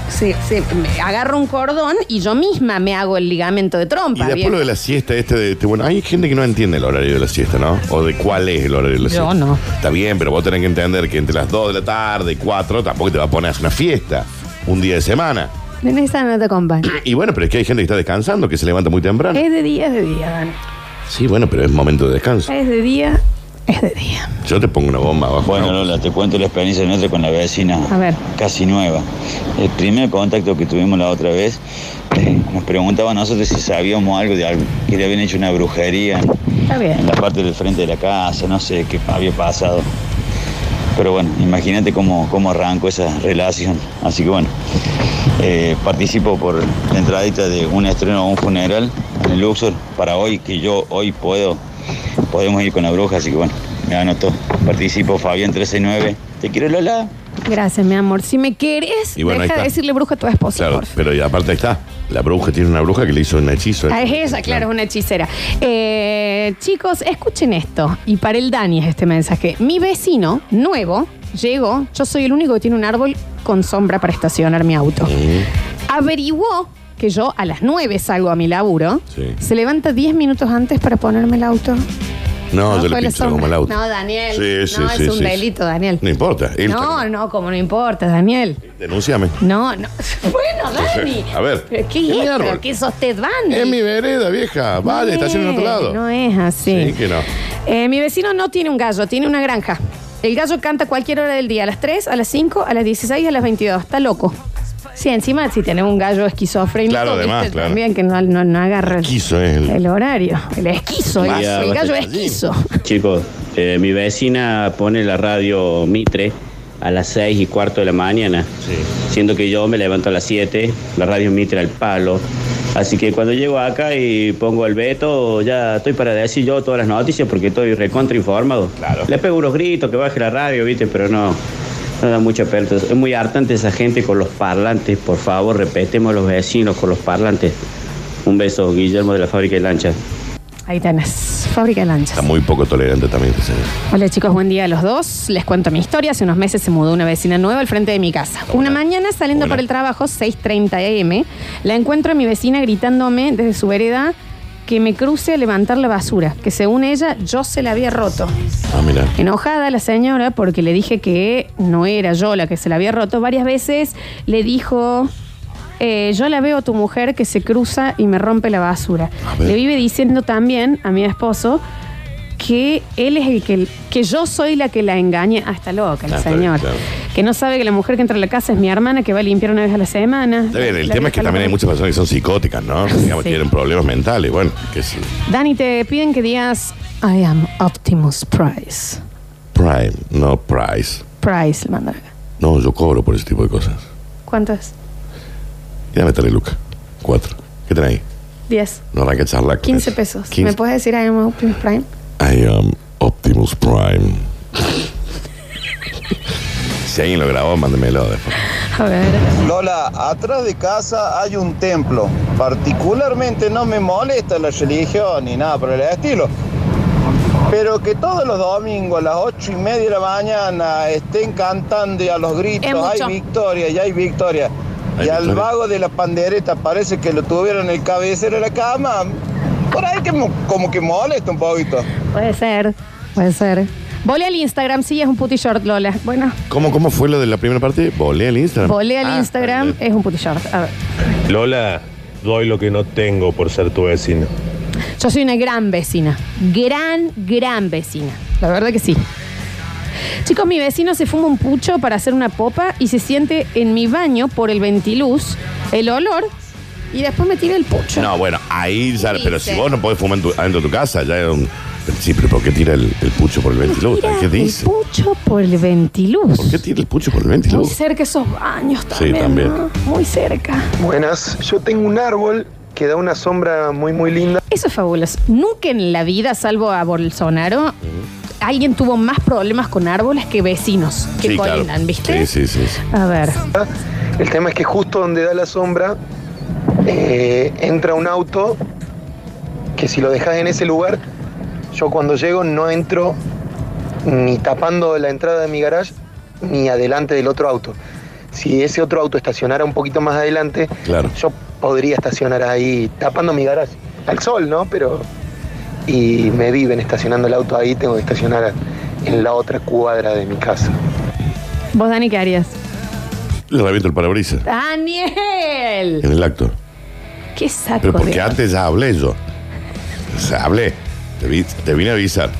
S1: se, se- me agarro un cordón y yo misma me hago el ligamento de
S2: Y
S1: trompa.
S2: después
S1: ¿bien?
S2: lo de la siesta, este de, este, bueno, hay gente que no entiende el horario de la siesta, ¿no? O de cuál es el horario de la
S1: Yo
S2: siesta.
S1: no.
S2: Está bien, pero vos tenés que entender que entre las 2 de la tarde y 4 tampoco te va a poner a hacer una fiesta un día de Ah, semana.
S1: En esa no te acompaño.
S2: Y bueno, pero es que hay gente que está descansando, que se levanta muy temprano.
S1: Es de día, es de día, Dani.
S2: Sí, bueno, pero es momento de descanso.
S1: Es de día, es de día.
S2: Yo te pongo una bomba abajo.
S7: Bueno,
S2: ¿no?
S7: Lola, te cuento la experiencia nuestra con la vecina.
S1: A ver.
S7: Casi nueva. El primer contacto que tuvimos la otra vez, eh, nos preguntaba a nosotros si sabíamos algo de algo, que le habían hecho una brujería en,
S1: Está
S7: en
S1: bien.
S7: la parte del frente de la casa, no sé qué había pasado. Pero bueno, imagínate cómo, cómo arrancó esa relación. Así que bueno, eh, participo por la entradita de un estreno a un funeral en el Luxor para hoy, que yo hoy puedo, podemos ir con la bruja, así que bueno, me anoto. Participo Fabián 139. Te quiero Lola.
S1: Gracias, mi amor. Si me querés,
S2: Y bueno, ahí
S1: deja de
S2: está.
S1: decirle bruja a tu esposa.
S2: Claro,
S1: por favor.
S2: pero y aparte ahí está. La bruja tiene una bruja que le hizo un hechizo. ¿eh?
S1: Ah, es esa, claro, es una hechicera. Eh, chicos, escuchen esto. Y para el Dani es este mensaje. Mi vecino, nuevo, llegó. Yo soy el único que tiene un árbol con sombra para estacionar mi auto. Averiguó que yo a las 9 salgo a mi laburo.
S2: Sí.
S1: Se levanta 10 minutos antes para ponerme el auto.
S2: No, yo
S1: fue
S2: le
S1: la
S2: pincho
S1: sombra.
S2: como el auto.
S1: No, Daniel.
S2: Sí, sí,
S1: no,
S2: sí,
S1: es
S2: sí,
S1: un
S2: sí.
S1: delito, Daniel.
S2: No importa. él
S1: No,
S2: está-
S1: no, como no importa, Daniel.
S2: Denúnciame.
S1: No, no. Bueno, Dani.
S2: A ver,
S1: ¿Pero
S2: es mi
S1: ¿Qué es?
S2: árbol.
S1: ¿Pero ¿Qué sos Ted Bundy?
S2: Es mi vereda, vieja. Vale,
S1: No
S2: está en otro
S1: es,
S2: lado.
S1: No es así.
S2: Sí, que no.
S1: Eh, mi vecino no tiene un gallo, tiene una granja. El gallo canta a cualquier hora del día, a las 3, a las 5, a las 16, a las 22. Está loco. Sí, encima si tenés un gallo esquizofrénico,
S2: Claro,
S1: ¿viste?
S2: además, claro.
S1: también que no, no, no agarra el-
S2: Quiso es
S1: el,
S2: el.
S1: horario. El esquizo, el, el gallo esquizo.
S13: Chicos, eh, mi vecina pone la radio Mitre a las 6 y cuarto de la mañana, siendo que yo me levanto a las 7, la radio Mitre al palo. Así que cuando llego acá y pongo el veto, ya estoy para decir yo todas las noticias porque estoy recontra informado.
S2: Claro.
S13: Le pego unos gritos, que baje la radio, ¿viste? Pero no, no da mucha pelota. Es muy hartante esa gente con los parlantes. Por favor, respetemos a los vecinos con los parlantes. Un beso, Guillermo de la Fábrica de Lanchas.
S1: Ahí tenés, fábrica de lanchas.
S2: Está muy poco tolerante también este señor.
S1: Hola chicos, buen día a los dos. Les cuento mi historia. Hace unos meses se mudó una vecina nueva al frente de mi casa. Una mañana saliendo
S2: Hola.
S1: para el trabajo, 6.30 am, la encuentro a mi vecina gritándome desde su vereda que me cruce a levantar la basura, que según ella yo se la había roto.
S2: Ah, mira.
S1: Enojada la señora porque le dije que no era yo la que se la había roto. Varias veces le dijo, eh, yo la veo a tu mujer que se cruza y me rompe la basura.
S2: A ver.
S1: Le vive diciendo también a mi esposo que él es el que, que yo soy la que la engañé. Hasta loca la
S2: Ah, está bien,
S1: señora.
S2: claro.
S1: que no sabe que la mujer que entra a la casa es mi hermana que va a limpiar una vez a la semana.
S2: Está bien, el
S1: La
S2: tema es
S1: vieja
S2: que
S1: loca.
S2: también hay muchas personas que son psicóticas, ¿no? Digamos,
S1: Sí.
S2: tienen problemas mentales, bueno, que sí.
S1: Dani, te piden que digas I am Optimus Price.
S2: Prime, no price.
S1: Price, le mandan acá.
S2: No, yo cobro por ese tipo de cosas.
S1: ¿Cuánto es?
S2: Y dame tres lucas. Cuatro. ¿Qué tenés ahí?
S1: 10.
S2: No arranca a charlar. con
S1: 15
S2: eso.
S1: pesos. ¿Me
S2: 15.
S1: puedes decir I am Optimus Prime?
S2: I am Optimus Prime. si alguien lo grabó, mándemelo después.
S1: A ver.
S14: Lola, atrás de casa hay un templo. Particularmente no me molesta la religión ni nada por el estilo. Pero que todos los domingos a las ocho y media de la mañana estén cantando y a los gritos,
S15: Es mucho.
S14: hay victoria, y hay victoria.
S15: Hay
S14: y al
S15: victoria.
S14: vago de la pandereta parece que lo tuvieron en el cabecero de la cama. Por ahí que mo- como que molesta un poquito.
S1: Puede ser, puede ser. Volé al Instagram, sí, es un puti short, Lola. Bueno,
S2: ¿Cómo, ¿Cómo fue lo de la primera parte? Volé al Instagram. Ah.
S1: volé al Instagram, es un puti short. A ver.
S16: Lola, doy lo que no tengo por ser tu vecino.
S1: Yo soy una gran vecina. Gran, gran vecina. La verdad que sí. Chicos, mi vecino se fuma un pucho para hacer una popa y se siente en mi baño por el ventiluz, el olor, y después me tira el pucho.
S2: No, bueno, ahí ya.
S1: Dice.
S2: Pero si vos no podés fumar en tu- adentro de tu casa, ya era un. pero Sí, pero ¿por qué tira el, el pucho por el ventiluz? ¿Qué dice?
S1: El pucho por el ventiluz.
S2: ¿Por qué tira el pucho por el
S1: Muy
S2: ventiluz?
S1: cerca esos baños
S2: Sí,
S1: también. ¿no? Muy cerca.
S17: Buenas, yo tengo un árbol que da una sombra muy muy linda.
S1: Eso es fabuloso. Nunca en la vida, salvo a Bolsonaro, alguien tuvo más problemas con árboles que vecinos que colindan, ¿viste?
S2: Sí, sí, sí. sí.
S1: A ver.
S17: El tema es que justo donde da la sombra eh, entra un auto que si lo dejas en ese lugar, yo cuando llego no entro ni tapando la entrada de mi garage ni adelante del otro auto. Si ese otro auto estacionara un poquito más adelante,
S2: Claro.
S17: yo podría estacionar ahí tapando mi garage al sol, ¿no? Pero y me viven estacionando el auto ahí, tengo que estacionar en la otra cuadra de mi casa.
S1: ¿Vos, Dani, qué harías?
S2: Le reviento el parabrisas.
S1: ¡Daniel!
S2: En el acto.
S1: ¡Qué saco
S2: Pero porque
S1: de-
S2: antes ya hablé yo. O sea, hablé. Te, vi- te vine a avisar. A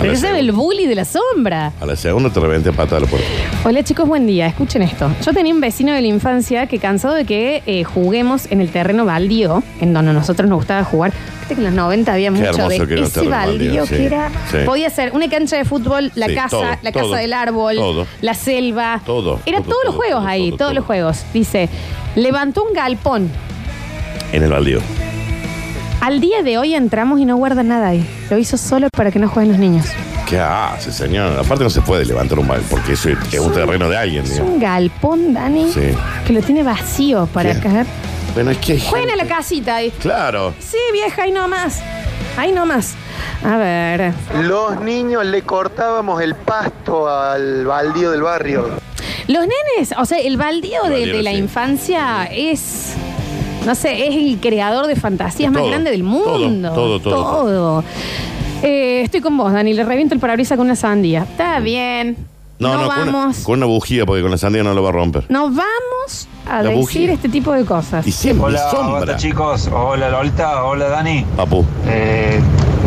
S1: Pero
S2: la,
S1: ese
S2: se-
S1: era el bully de la sombra.
S2: a la segunda te reventé a pata de la puerta.
S1: Hola chicos, buen día. Escuchen esto. Yo tenía un vecino de la infancia que cansado de que eh, juguemos en el terreno baldío, en donde a nosotros nos gustaba jugar. Viste que en los 90 había
S2: Qué
S1: mucho
S2: hermoso
S1: de
S2: que era el
S1: ese
S2: terreno baldío,
S1: baldío
S2: sí,
S1: que era.
S2: sí.
S1: Podía ser una cancha de fútbol, la
S2: Sí,
S1: casa,
S2: todo,
S1: la
S2: todo,
S1: casa del árbol,
S2: todo.
S1: la selva.
S2: Todo,
S1: Era
S2: todo,
S1: todos los
S2: todo,
S1: juegos ahí, todos los juegos. Dice, levantó un galpón.
S2: En el baldío.
S1: Al día de hoy entramos y no guarda nada ahí. Lo hizo solo para que no jueguen los niños.
S2: ¿Qué hace, señor? Aparte no se puede levantar un mal porque eso es, es un terreno de alguien,
S1: Es
S2: digamos.
S1: un galpón, Dani,
S2: Sí.
S1: que lo tiene vacío para cagar.
S2: Bueno, es que hay
S1: Jueguen a la
S2: gente-
S1: casita ahí.
S2: Claro.
S1: Sí, vieja, ahí nomás. Ahí nomás. A ver.
S17: Los niños le cortábamos el pasto al baldío del barrio.
S1: Los nenes, o sea, el baldío de,
S17: baldío,
S1: de la
S17: sí.
S1: infancia es. No sé, es el creador de fantasías más
S2: Todo,
S1: grande del
S2: todo,
S1: mundo.
S2: todo, todo, todo.
S1: Todo. Eh, estoy con vos, Dani. Le reviento el parabrisas con una sandía. Está bien.
S2: Mm. No, no, con,
S1: vamos.
S2: Una, con una bujía porque con la sandía no lo va a romper.
S1: No vamos a
S2: La
S1: decir
S2: bujía.
S1: este tipo de cosas.
S2: Y siempre
S18: Hola,
S2: sombra.
S18: basta, chicos. Hola, Lolita. Hola, Dani.
S2: Papu.
S18: Eh,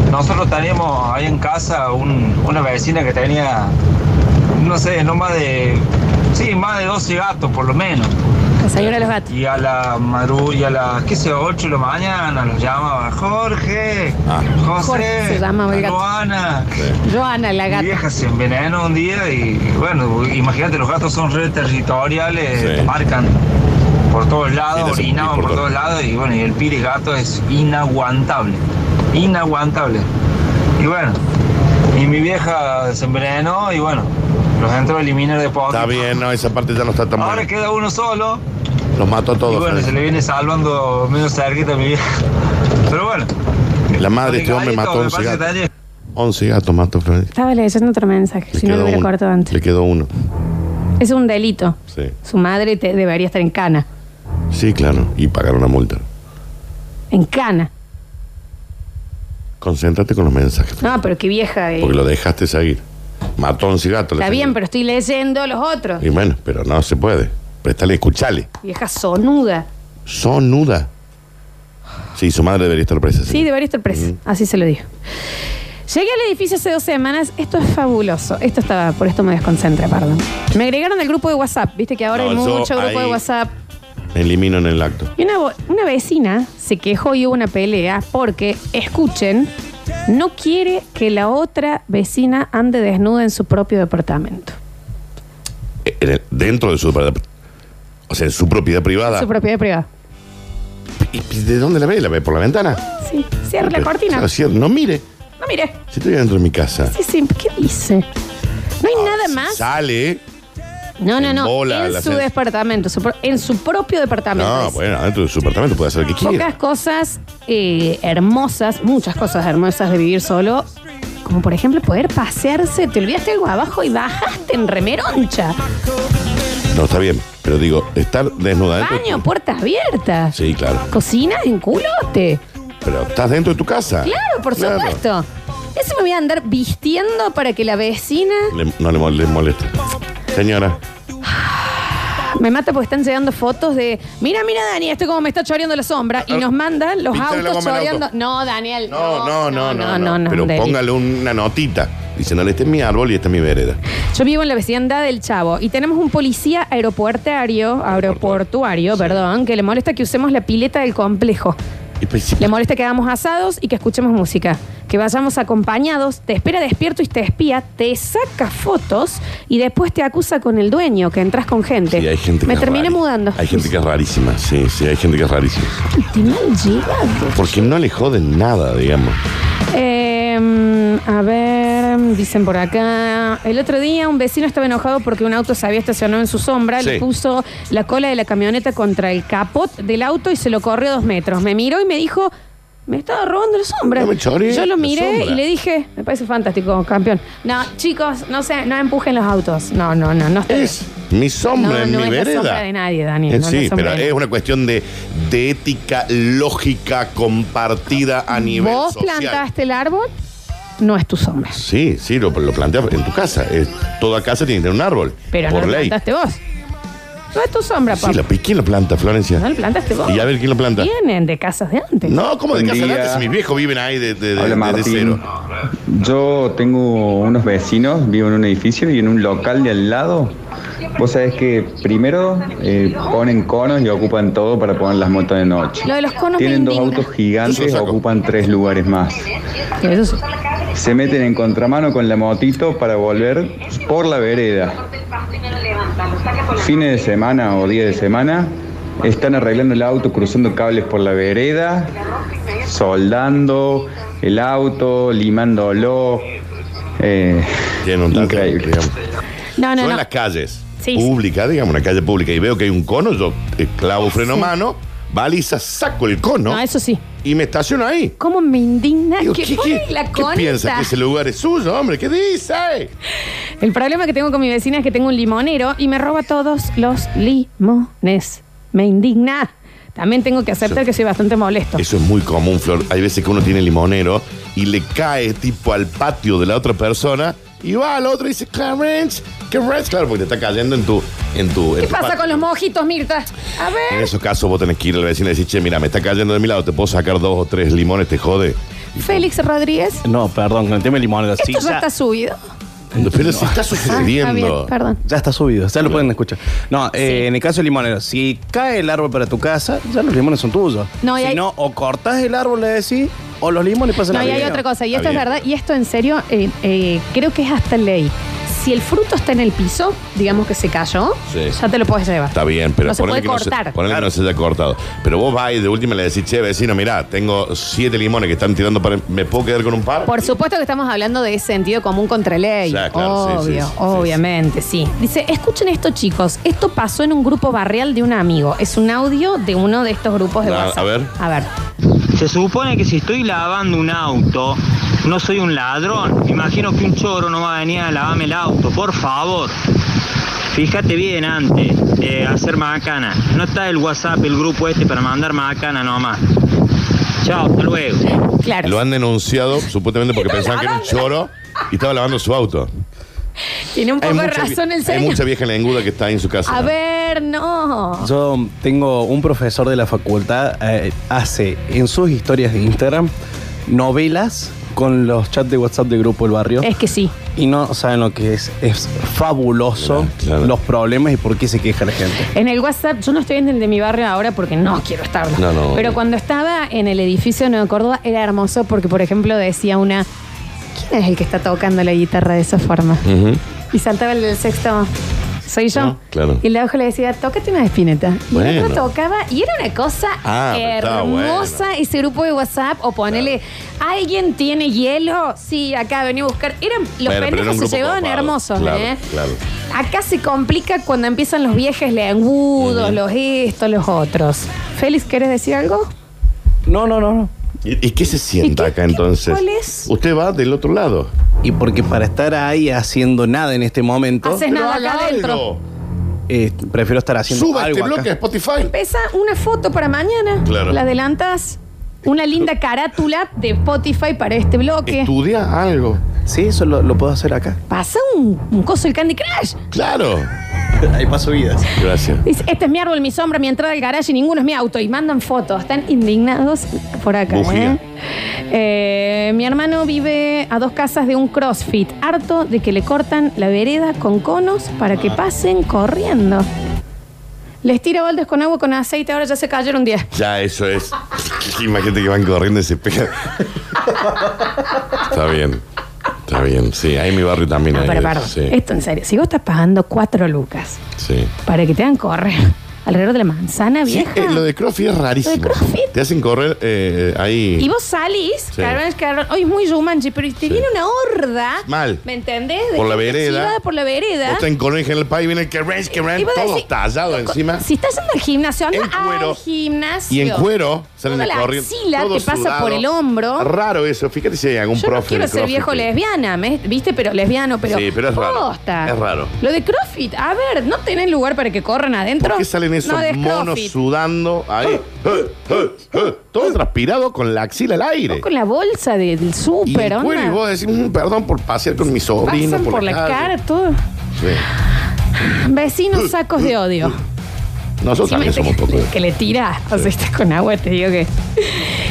S18: nosotros teníamos ahí en casa un- una vecina que tenía, no sé, no más de, sí, más de 12 gatos por lo menos.
S1: La señora de los gatos.
S18: Y a la madrugada, y a las, qué sé, yo, 8 de la mañana nos llamaba Jorge,
S2: Ah.
S18: José,
S1: Jorge se llamaba el gato.
S18: Joana.
S1: Joana, la
S18: Mi
S1: gata.
S18: vieja se envenenó un día y bueno, imagínate, los gatos son redes territoriales, te marcan por todos lados, orinaban por, todos lados y bueno, y el pire gato es inaguantable, inaguantable. Y bueno, y mi vieja se envenenó y bueno, los entró a eliminar de poco.
S2: Está bien, no, esa parte ya no está tan
S18: Ahora
S2: buena.
S18: queda uno solo
S2: Los mató a todos.
S18: y bueno,
S2: Fran.
S18: se le viene salvando medio cerquita a mi vieja. Pero bueno.
S2: La madre de este hombre
S18: Regalito,
S2: mató
S18: me
S2: 11
S18: parece que
S2: gatos. 11 gatos mató, Fran.
S1: Estaba leyendo otro mensaje, si no lo
S2: Quedó
S1: hubiera
S2: uno.
S1: cortado antes.
S2: Le quedó uno.
S1: Es un delito.
S2: Sí.
S1: Su madre te- debería estar en cana.
S2: Sí, claro. Y pagaron una multa.
S1: En cana.
S2: Concéntrate con los mensajes.
S1: No, pero qué vieja. eh.
S2: Porque lo dejaste seguir. Mató 11 gatos.
S1: Está
S2: le-
S1: bien, pero estoy leyendo los otros.
S2: Y bueno, pero no se puede. Préstale, escuchale.
S1: Vieja sonuda.
S2: Son nuda. Sí, su madre debería estar presa.
S1: Sí, debería estar presa. Así se lo dijo. Llegué al edificio hace dos semanas. Esto es fabuloso. Esto estaba, por esto me desconcentré, perdón. Me agregaron al grupo de WhatsApp. Viste que ahora
S2: No,
S1: hay
S2: yo
S1: mucho grupo de
S2: ahí-
S1: WhatsApp.
S2: Me elimino en el acto.
S1: Y una, vo- una vecina se quejó y hubo una pelea porque, escuchen, no quiere que la otra vecina ande desnuda en su propio departamento.
S2: En el- dentro de su o sea, en su propiedad privada.
S1: Su propiedad privada.
S2: ¿Y de dónde la ve? ¿La ve por la ventana?
S1: Sí, cierra la
S2: Pero,
S1: cortina.
S2: claro, cierra- no mire.
S1: No, mire.
S2: Si estoy dentro de mi casa.
S1: Sí, sí, ¿qué dice? No
S2: Ah,
S1: hay nada más.
S2: Sale.
S1: No, no, no.
S2: bola
S1: en
S2: la
S1: su
S2: sens-
S1: departamento, su pro- en su propio departamento.
S2: No,
S1: es.
S2: bueno, dentro de su apartamento puede hacer lo que quiera.
S1: Pocas cosas eh, hermosas, muchas cosas hermosas de vivir solo. Como por ejemplo poder pasearse, te olvidaste algo abajo y bajaste en remeroncha.
S2: No, está bien. Pero digo, estar desnuda dentro.
S1: Baño, puerta abierta.
S2: Sí, claro.
S1: Cocina en culote.
S2: Pero estás dentro de tu casa.
S1: Claro, por
S2: Claro.
S1: supuesto. Eso me voy a andar vistiendo para que la vecina
S2: Le- no le, mol- le molesta. Señora,
S1: me mata porque están llegando fotos de mira, mira, Dani, esto como me está choreando la sombra. Y nos mandan los
S2: Píntale Ah, la
S1: autos
S2: goma al auto.
S1: choreando. No, Daniel.
S2: No, no, no, no.
S1: no, no, no,
S2: pero
S1: Deli.
S2: póngale una notita diciéndole, este es mi árbol y esta es mi vereda.
S1: Yo vivo en la vecindad del Chavo y tenemos un policía aeropuertario, aeroportuario, perdón, que le molesta que usemos la pileta del complejo.
S2: Y pues, sí,
S1: Le molesta que hagamos asados y que escuchemos música. Que vayamos acompañados, te espera despierto y te espía, te saca fotos y después te acusa con el dueño, que entras con gente.
S2: hay gente
S1: Me
S2: que es
S1: terminé
S2: rari-
S1: mudando.
S2: Hay gente que es rarísima, sí, sí, hay gente que es rarísima.
S1: Te mal llegado.
S2: Porque no le joden nada, digamos.
S1: Eh, a ver, dicen por acá. El otro día un vecino estaba enojado porque un auto se había estacionado en su sombra,
S2: Sí.
S1: le puso la cola de la camioneta contra el capot del auto y se lo corrió dos metros. Me miró y me dijo, me estaba robando la sombra.
S2: No me choré
S1: Yo
S2: la
S1: lo miré
S2: sombra.
S1: y le dije, me parece fantástico, campeón. No, chicos, no se, no empujen los autos. No, no, no, no. está bien.
S2: Mi sombra
S1: No,
S2: en
S1: no
S2: mi
S1: es la
S2: vereda.
S1: sombra de nadie, Daniel,
S2: Eh,
S1: no es la
S2: sí,
S1: sombra
S2: pero
S1: de
S2: es una cuestión de, de ética lógica compartida a nivel
S1: Vos
S2: social.
S1: plantaste el árbol, no es tu sombra.
S2: Sí, sí, lo, lo planteas en tu casa. Es- toda casa tiene que tener un árbol.
S1: Pero
S2: por
S1: no lo
S2: ley.
S1: plantaste vos. No es tu sombra,
S2: Sí,
S1: papá.
S2: la, ¿y ¿quién lo planta, Florencia?
S1: No lo plantaste vos.
S2: Y a ver quién lo planta.
S1: Vienen de casas de antes.
S2: No, ¿cómo de
S15: Buen
S2: casa de
S15: día.
S2: antes? Mis viejos viven ahí de, de- de-
S15: Hola,
S2: de- de cero.
S15: Martín. Yo tengo unos vecinos, vivo en un edificio y en un local de al lado. Vos sabés que primero eh, ponen conos y ocupan todo para poner las motos de noche.
S1: Lo de los conos
S15: Tienen
S1: me
S15: dos
S1: indigna.
S15: autos gigantes, ocupan tres lugares más.
S1: Eso sí.
S15: Se meten en contramano con la motito para volver por la vereda. Fines de semana o día de semana están arreglando el auto, cruzando cables por la vereda, soldando el auto, limándolo. Eh, increíble.
S1: No,
S2: Yo
S1: no,
S2: en
S1: no.
S2: las calles
S1: Sí, sí.
S2: públicas, digamos, una calle pública, y veo que hay un cono, yo eh, clavo freno a mano, baliza, saco el cono.
S1: Ah, No, eso sí.
S2: Y me estaciono ahí.
S1: ¿Cómo me indigna
S2: Digo,
S1: que ponen la
S2: ¿Qué
S1: concha?
S2: piensa? ¿Que ese lugar es suyo, hombre? ¿Qué dice?
S1: El problema que tengo con mi vecina es que tengo un limonero y me roba todos los limones. Me indigna. También tengo que aceptar que soy bastante molesto.
S2: Eso es muy común, Flor. Hay veces que uno tiene limonero y le cae tipo al patio de la otra persona y va al otro y dice, Clarence, Clarence. Claro, porque te está cayendo en tu... En tu en
S1: ¿Qué
S2: tu
S1: pasa
S2: patio.
S1: con los mojitos, Mirta? A
S2: En
S1: ver.
S2: esos casos vos tenés que ir al vecino y decir, che, mira, me está cayendo de mi lado, te puedo sacar dos o tres limones, te jode.
S1: Félix Rodríguez.
S19: No, perdón, con el tema del limón.
S1: Esto ya está subido.
S2: Pero si está
S1: Ah, está bien, perdón.
S19: Ya está subido, ya lo pueden escuchar. No, eh, en el caso del limonero, si cae el árbol para tu casa, ya los limones son tuyos.
S1: No, y
S19: si
S1: hay-
S19: no, o cortás el árbol, le decís, o los limones pasan
S1: No,
S19: a
S1: y hay
S19: video.
S1: otra cosa, y
S19: Está
S1: esto es
S19: bien.
S1: verdad, y esto en serio, eh, eh, creo que es hasta ley. Si el fruto está en el piso, digamos que se cayó,
S2: Sí.
S1: ya te lo puedes llevar.
S2: Está bien, pero
S1: No se
S2: ponele
S1: puede
S2: que no
S1: cortar.
S2: ponele que no se haya cortado. Pero vos vas y de última le decís, che, vecino, mirá, tengo siete limones que están tirando para... ¿Me puedo quedar con un par?
S1: Por supuesto que estamos hablando de ese sentido común contra ley.
S2: Ya, claro, sí,
S1: Obvio,
S2: sí, sí,
S1: obviamente, sí. Dice, escuchen esto, chicos. Esto pasó en un grupo barrial de un amigo. Es un audio de uno de estos grupos de
S20: Ah, a
S1: WhatsApp.
S20: ver.
S1: A ver.
S20: Se supone que si estoy lavando un auto, no soy un ladrón. Me Imagino que un choro no va a venir a lavarme el auto, por favor. Fíjate bien antes de hacer macana. No está el WhatsApp, el grupo este para mandar macana nomás. Chao, hasta luego.
S1: Claro.
S2: Lo han denunciado supuestamente porque pensaban que era un choro y estaba lavando su auto.
S1: Tiene un poco de razón el
S2: hay
S1: señor.
S2: mucha vieja lenguda que está ahí en su casa.
S1: A ver, no.
S19: Yo tengo un profesor de la facultad, eh, hace en sus historias de Instagram novelas con los chats de WhatsApp de grupo del barrio.
S1: Es que sí.
S19: Y no saben lo que es. Es fabuloso los problemas y por qué se queja la gente.
S1: En el WhatsApp, yo no estoy en el de mi barrio ahora porque no quiero estarlo.
S19: No, no.
S1: Pero cuando estaba en el edificio de Nueva Córdoba era hermoso porque, por ejemplo, decía una, ¿quién es el que está tocando la guitarra de esa forma?
S2: Ujú,
S1: Y saltaba el del sexto, soy yo.
S2: Claro.
S1: Y el de abajo le decía, tócate una espineta. Y el
S2: Bueno.
S1: otro tocaba, y era una cosa
S2: Ah, pero estaba
S1: hermosa ese grupo de WhatsApp. O ponele, ¿alguien tiene hielo? Sí, acá vení a buscar. Eran, los
S2: Bueno, pero era un
S1: pendejos se
S2: grupo
S1: llevaban
S2: copado.
S1: hermosos,
S2: Claro,
S1: ¿eh?
S2: Claro.
S1: Acá se complica cuando empiezan los viejes lengudos, los estos, los otros. Félix, ¿quieres decir algo?
S19: No, no, no.
S2: ¿Y, y qué se sienta acá entonces?
S1: cuál es?
S2: Usted va del otro lado.
S19: Y porque para estar ahí haciendo nada en este momento.
S1: Haces
S19: Pero
S1: nada acá
S19: haga
S1: adentro.
S19: algo. Eh, prefiero estar haciendo
S2: Suba
S19: algo
S2: este
S19: acá.
S2: bloque a Spotify.
S1: Pesa una foto para mañana.
S19: Claro.
S1: La adelantas. Una linda carátula de Spotify para este bloque.
S2: Estudia algo.
S19: Sí, eso lo, lo puedo hacer acá.
S1: Pasa un, un coso el Candy Crush.
S2: Claro.
S19: Ahí paso vidas.
S2: Gracias.
S1: Dice, este es mi árbol, mi sombra, mi entrada al garaje y ninguno es mi auto. Y mandan fotos. Están indignados por acá.
S2: Bujía.
S1: ¿eh? Eh, mi hermano vive a dos casas de un CrossFit. Harto de que le cortan la vereda con conos para
S19: Ah.
S1: que pasen corriendo. Les tira baldes con agua, con aceite. Ahora ya se cayeron 10.
S2: Ya, eso es. Imagínate que van corriendo y se pegan. Está bien. Está bien. Sí, ahí en mi barrio también
S1: No,
S2: hay.
S1: Ah, pero
S2: eso,
S1: perdón.
S2: sí,
S1: Esto en serio. Si vos estás pagando cuatro lucas
S2: sí.
S1: para que te hagan correr alrededor de la manzana
S2: Sí,
S1: vieja.
S2: eh, lo de CrossFit es rarísimo.
S1: Lo de CrossFit.
S2: Te hacen correr eh, ahí.
S1: Y vos salís,
S2: Sí.
S1: claro, es que hoy es muy Jumanji, pero te viene una horda.
S2: Mal.
S1: ¿Me entendés? De
S2: Por la
S1: gente
S2: vereda.
S1: chivada Por la vereda.
S2: Vos te encones en el país, viene el que ranch, que ranch,
S1: Y vos
S2: todo
S1: decís,
S2: tallado encima.
S1: Si estás yendo al gimnasio, anda al
S2: cuero.
S1: gimnasio.
S2: Y en cuero salen
S1: Toda
S2: de
S1: la
S2: corriendo.
S1: axila
S2: todo
S1: te pasa
S2: sudado.
S1: por el hombro.
S2: Raro eso. Fíjate si hay algún
S1: Yo no
S2: profe.
S1: quiero
S2: de
S1: ser
S2: CrossFit
S1: viejo
S2: que-
S1: lesbiana, ¿me- ¿viste? Pero lesbiano, pero.
S2: Sí, pero es raro.
S1: posta.
S2: Es raro.
S1: Lo de CrossFit, a ver, ¿no tenés lugar para que corran adentro?
S2: ¿Por qué salen esos
S1: no des
S2: monos
S1: CrossFit.
S2: sudando ahí? Eh, eh, eh, todo transpirado con la axila al aire.
S1: Con la bolsa de- del
S2: Y el
S1: súper,
S2: cuero, y
S1: onda.
S2: vos decís, "Mm, perdón por pasear con mi sobrino.
S1: Pasan por, la cara, todo.
S2: Sí.
S1: Vecinos sacos de odio.
S2: Nosotros
S1: Encima
S2: también
S1: este
S2: somos
S1: que-
S2: pocos.
S1: Que le tira. O sea, estás con agua, te digo que.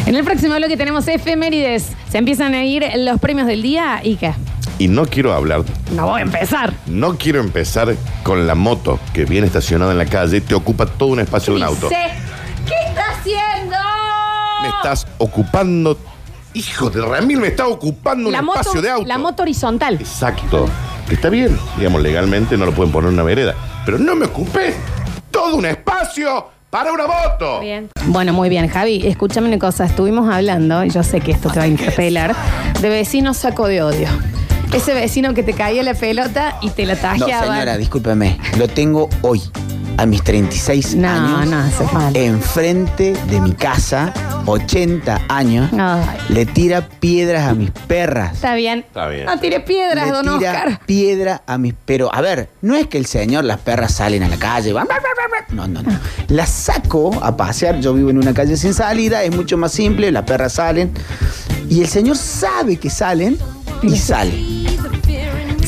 S1: En el próximo bloque tenemos efemérides. Se empiezan a ir los premios del día y qué.
S2: Y no quiero hablar,
S1: No voy a empezar.
S2: no quiero empezar con la moto que viene estacionada en la calle, te ocupa todo un espacio de un auto.
S1: Dice, ¿Qué está haciendo?
S2: Me estás ocupando, hijo de Ramil, me está ocupando un
S1: La moto,
S2: espacio de auto.
S1: la moto horizontal.
S2: Exacto. Que está bien, digamos, legalmente no lo pueden poner en una vereda. Pero no me ocupé todo un espacio para una moto.
S1: Bien. Bueno, muy bien, Javi. Escúchame una cosa. Estuvimos hablando, y yo sé que esto te va a interpelar, de vecino saco de odio. Ese vecino que te caía la pelota y te la
S21: No,
S1: tajeaba.
S21: señora, discúlpeme. Lo tengo hoy, a mis 36 años.
S1: no hace
S21: Enfrente de mi casa, 80 años, le tira piedras a mis perras.
S1: Está bien.
S21: Está bien.
S1: No tires piedras,
S21: Le
S1: don
S21: tira
S1: Oscar.
S21: piedra a mis... Pero, a ver, no es que el señor, las perras salen a la calle, van... No, no, no. Las saco a pasear. Yo vivo en una calle sin salida, es mucho más simple, las perras salen. Y el señor sabe que salen y sale.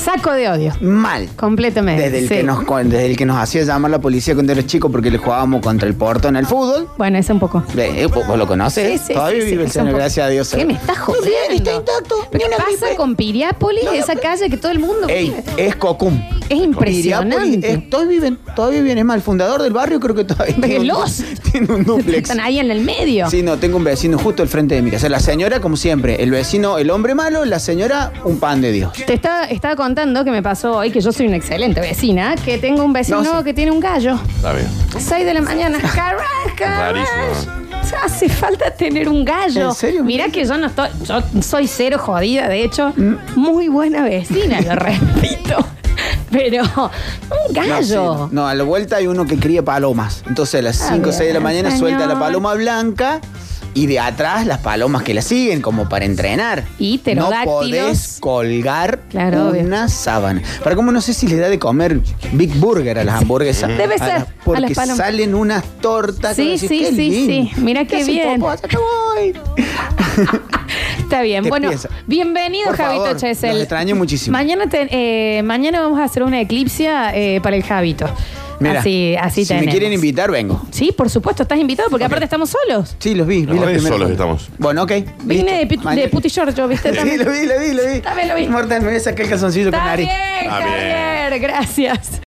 S1: Saco de odio.
S21: Mal.
S1: Completamente.
S21: Desde el,
S1: Eh, sí.
S21: que nos, con- desde el que nos hacía llamar la policía cuando eras chico porque le jugábamos contra el portón al fútbol. Eh,
S1: Bueno, ese un poco.
S21: ¿Vos vos lo conoces?
S1: Sí, sí,
S21: Todavía
S1: sí,
S21: vive
S1: sí,
S21: el
S1: son
S21: señor,
S1: po-
S21: gracias a Dios. eh.
S1: ¿Qué me estás jodiendo? está intacto. ¿Qué pasa con Piriápolis? esa calle que todo el mundo vive.
S21: Es Cocum.
S1: Es impresionante.
S21: Piriápolis, es- todavía viven, todavía viven. Es más, el fundador del barrio creo que todavía tiene un-
S1: Veloz.
S21: tiene un duplex.
S1: Están ahí en el medio.
S21: Sí, no, tengo un vecino justo al frente de mi casa. La señora, como siempre, el vecino, el hombre malo, la señora, un pan de Dios.
S1: Te estaba, estaba contando que me pasó hoy que yo soy una excelente vecina, que tengo un vecino
S21: No,
S1: que tiene un gallo.
S2: Está bien.
S1: 6 de la mañana. Caraca.
S2: Rarísimo.
S1: O sea, hace falta tener un gallo.
S21: ¿En serio?
S1: Mirá que yo no estoy. Yo soy cero jodida, de hecho.
S21: Mm.
S1: Muy buena vecina, lo repito. Pero un gallo.
S21: No, sí, No, No, a la vuelta hay uno que cría palomas. Entonces a las
S1: Está
S21: 5 o
S1: bien,
S21: 6 de la mañana suelta
S1: señor.
S21: la paloma blanca y de atrás las palomas que la siguen, como para entrenar.
S1: Y
S21: No
S1: pterodáctilos.
S21: podés colgar
S1: Claro, obvio.
S21: una sábana. Para cómo no sé si les da de comer Big Burger a las hamburguesas. Eh,
S1: Debe
S21: A
S1: ser,
S21: las-
S1: a
S21: porque
S1: las palomas.
S21: salen unas tortas. que
S1: Sí,
S21: vos decís,
S1: sí,
S21: qué
S1: sí,
S21: lindo.
S1: sí. Mira qué
S21: Te hace
S1: bien.
S21: popó, ya te voy.
S1: Está bien.
S21: Te
S1: Bueno,
S21: piensa.
S1: bienvenido,
S21: Por
S1: Javito
S21: favor,
S1: Chesel.
S21: los extraño muchísimo.
S1: Mañana, te- eh, mañana vamos a hacer una eclipsia eh, para el Javito.
S21: Mira,
S1: así así
S21: si me quieren invitar, vengo.
S1: Sí, por supuesto, estás invitado porque aparte estamos solos.
S21: Sí, los vi. vi la primera foto. Bueno, ok.
S1: Vine de, pit-
S21: Mañana.
S1: de Puti Giorgio, ¿viste?
S21: Sí, lo vi, lo vi, lo vi.
S1: También lo vi.
S21: Mortal, me voy a sacar el calzoncillo con
S1: Está
S21: nariz.
S1: bien, Javier, gracias.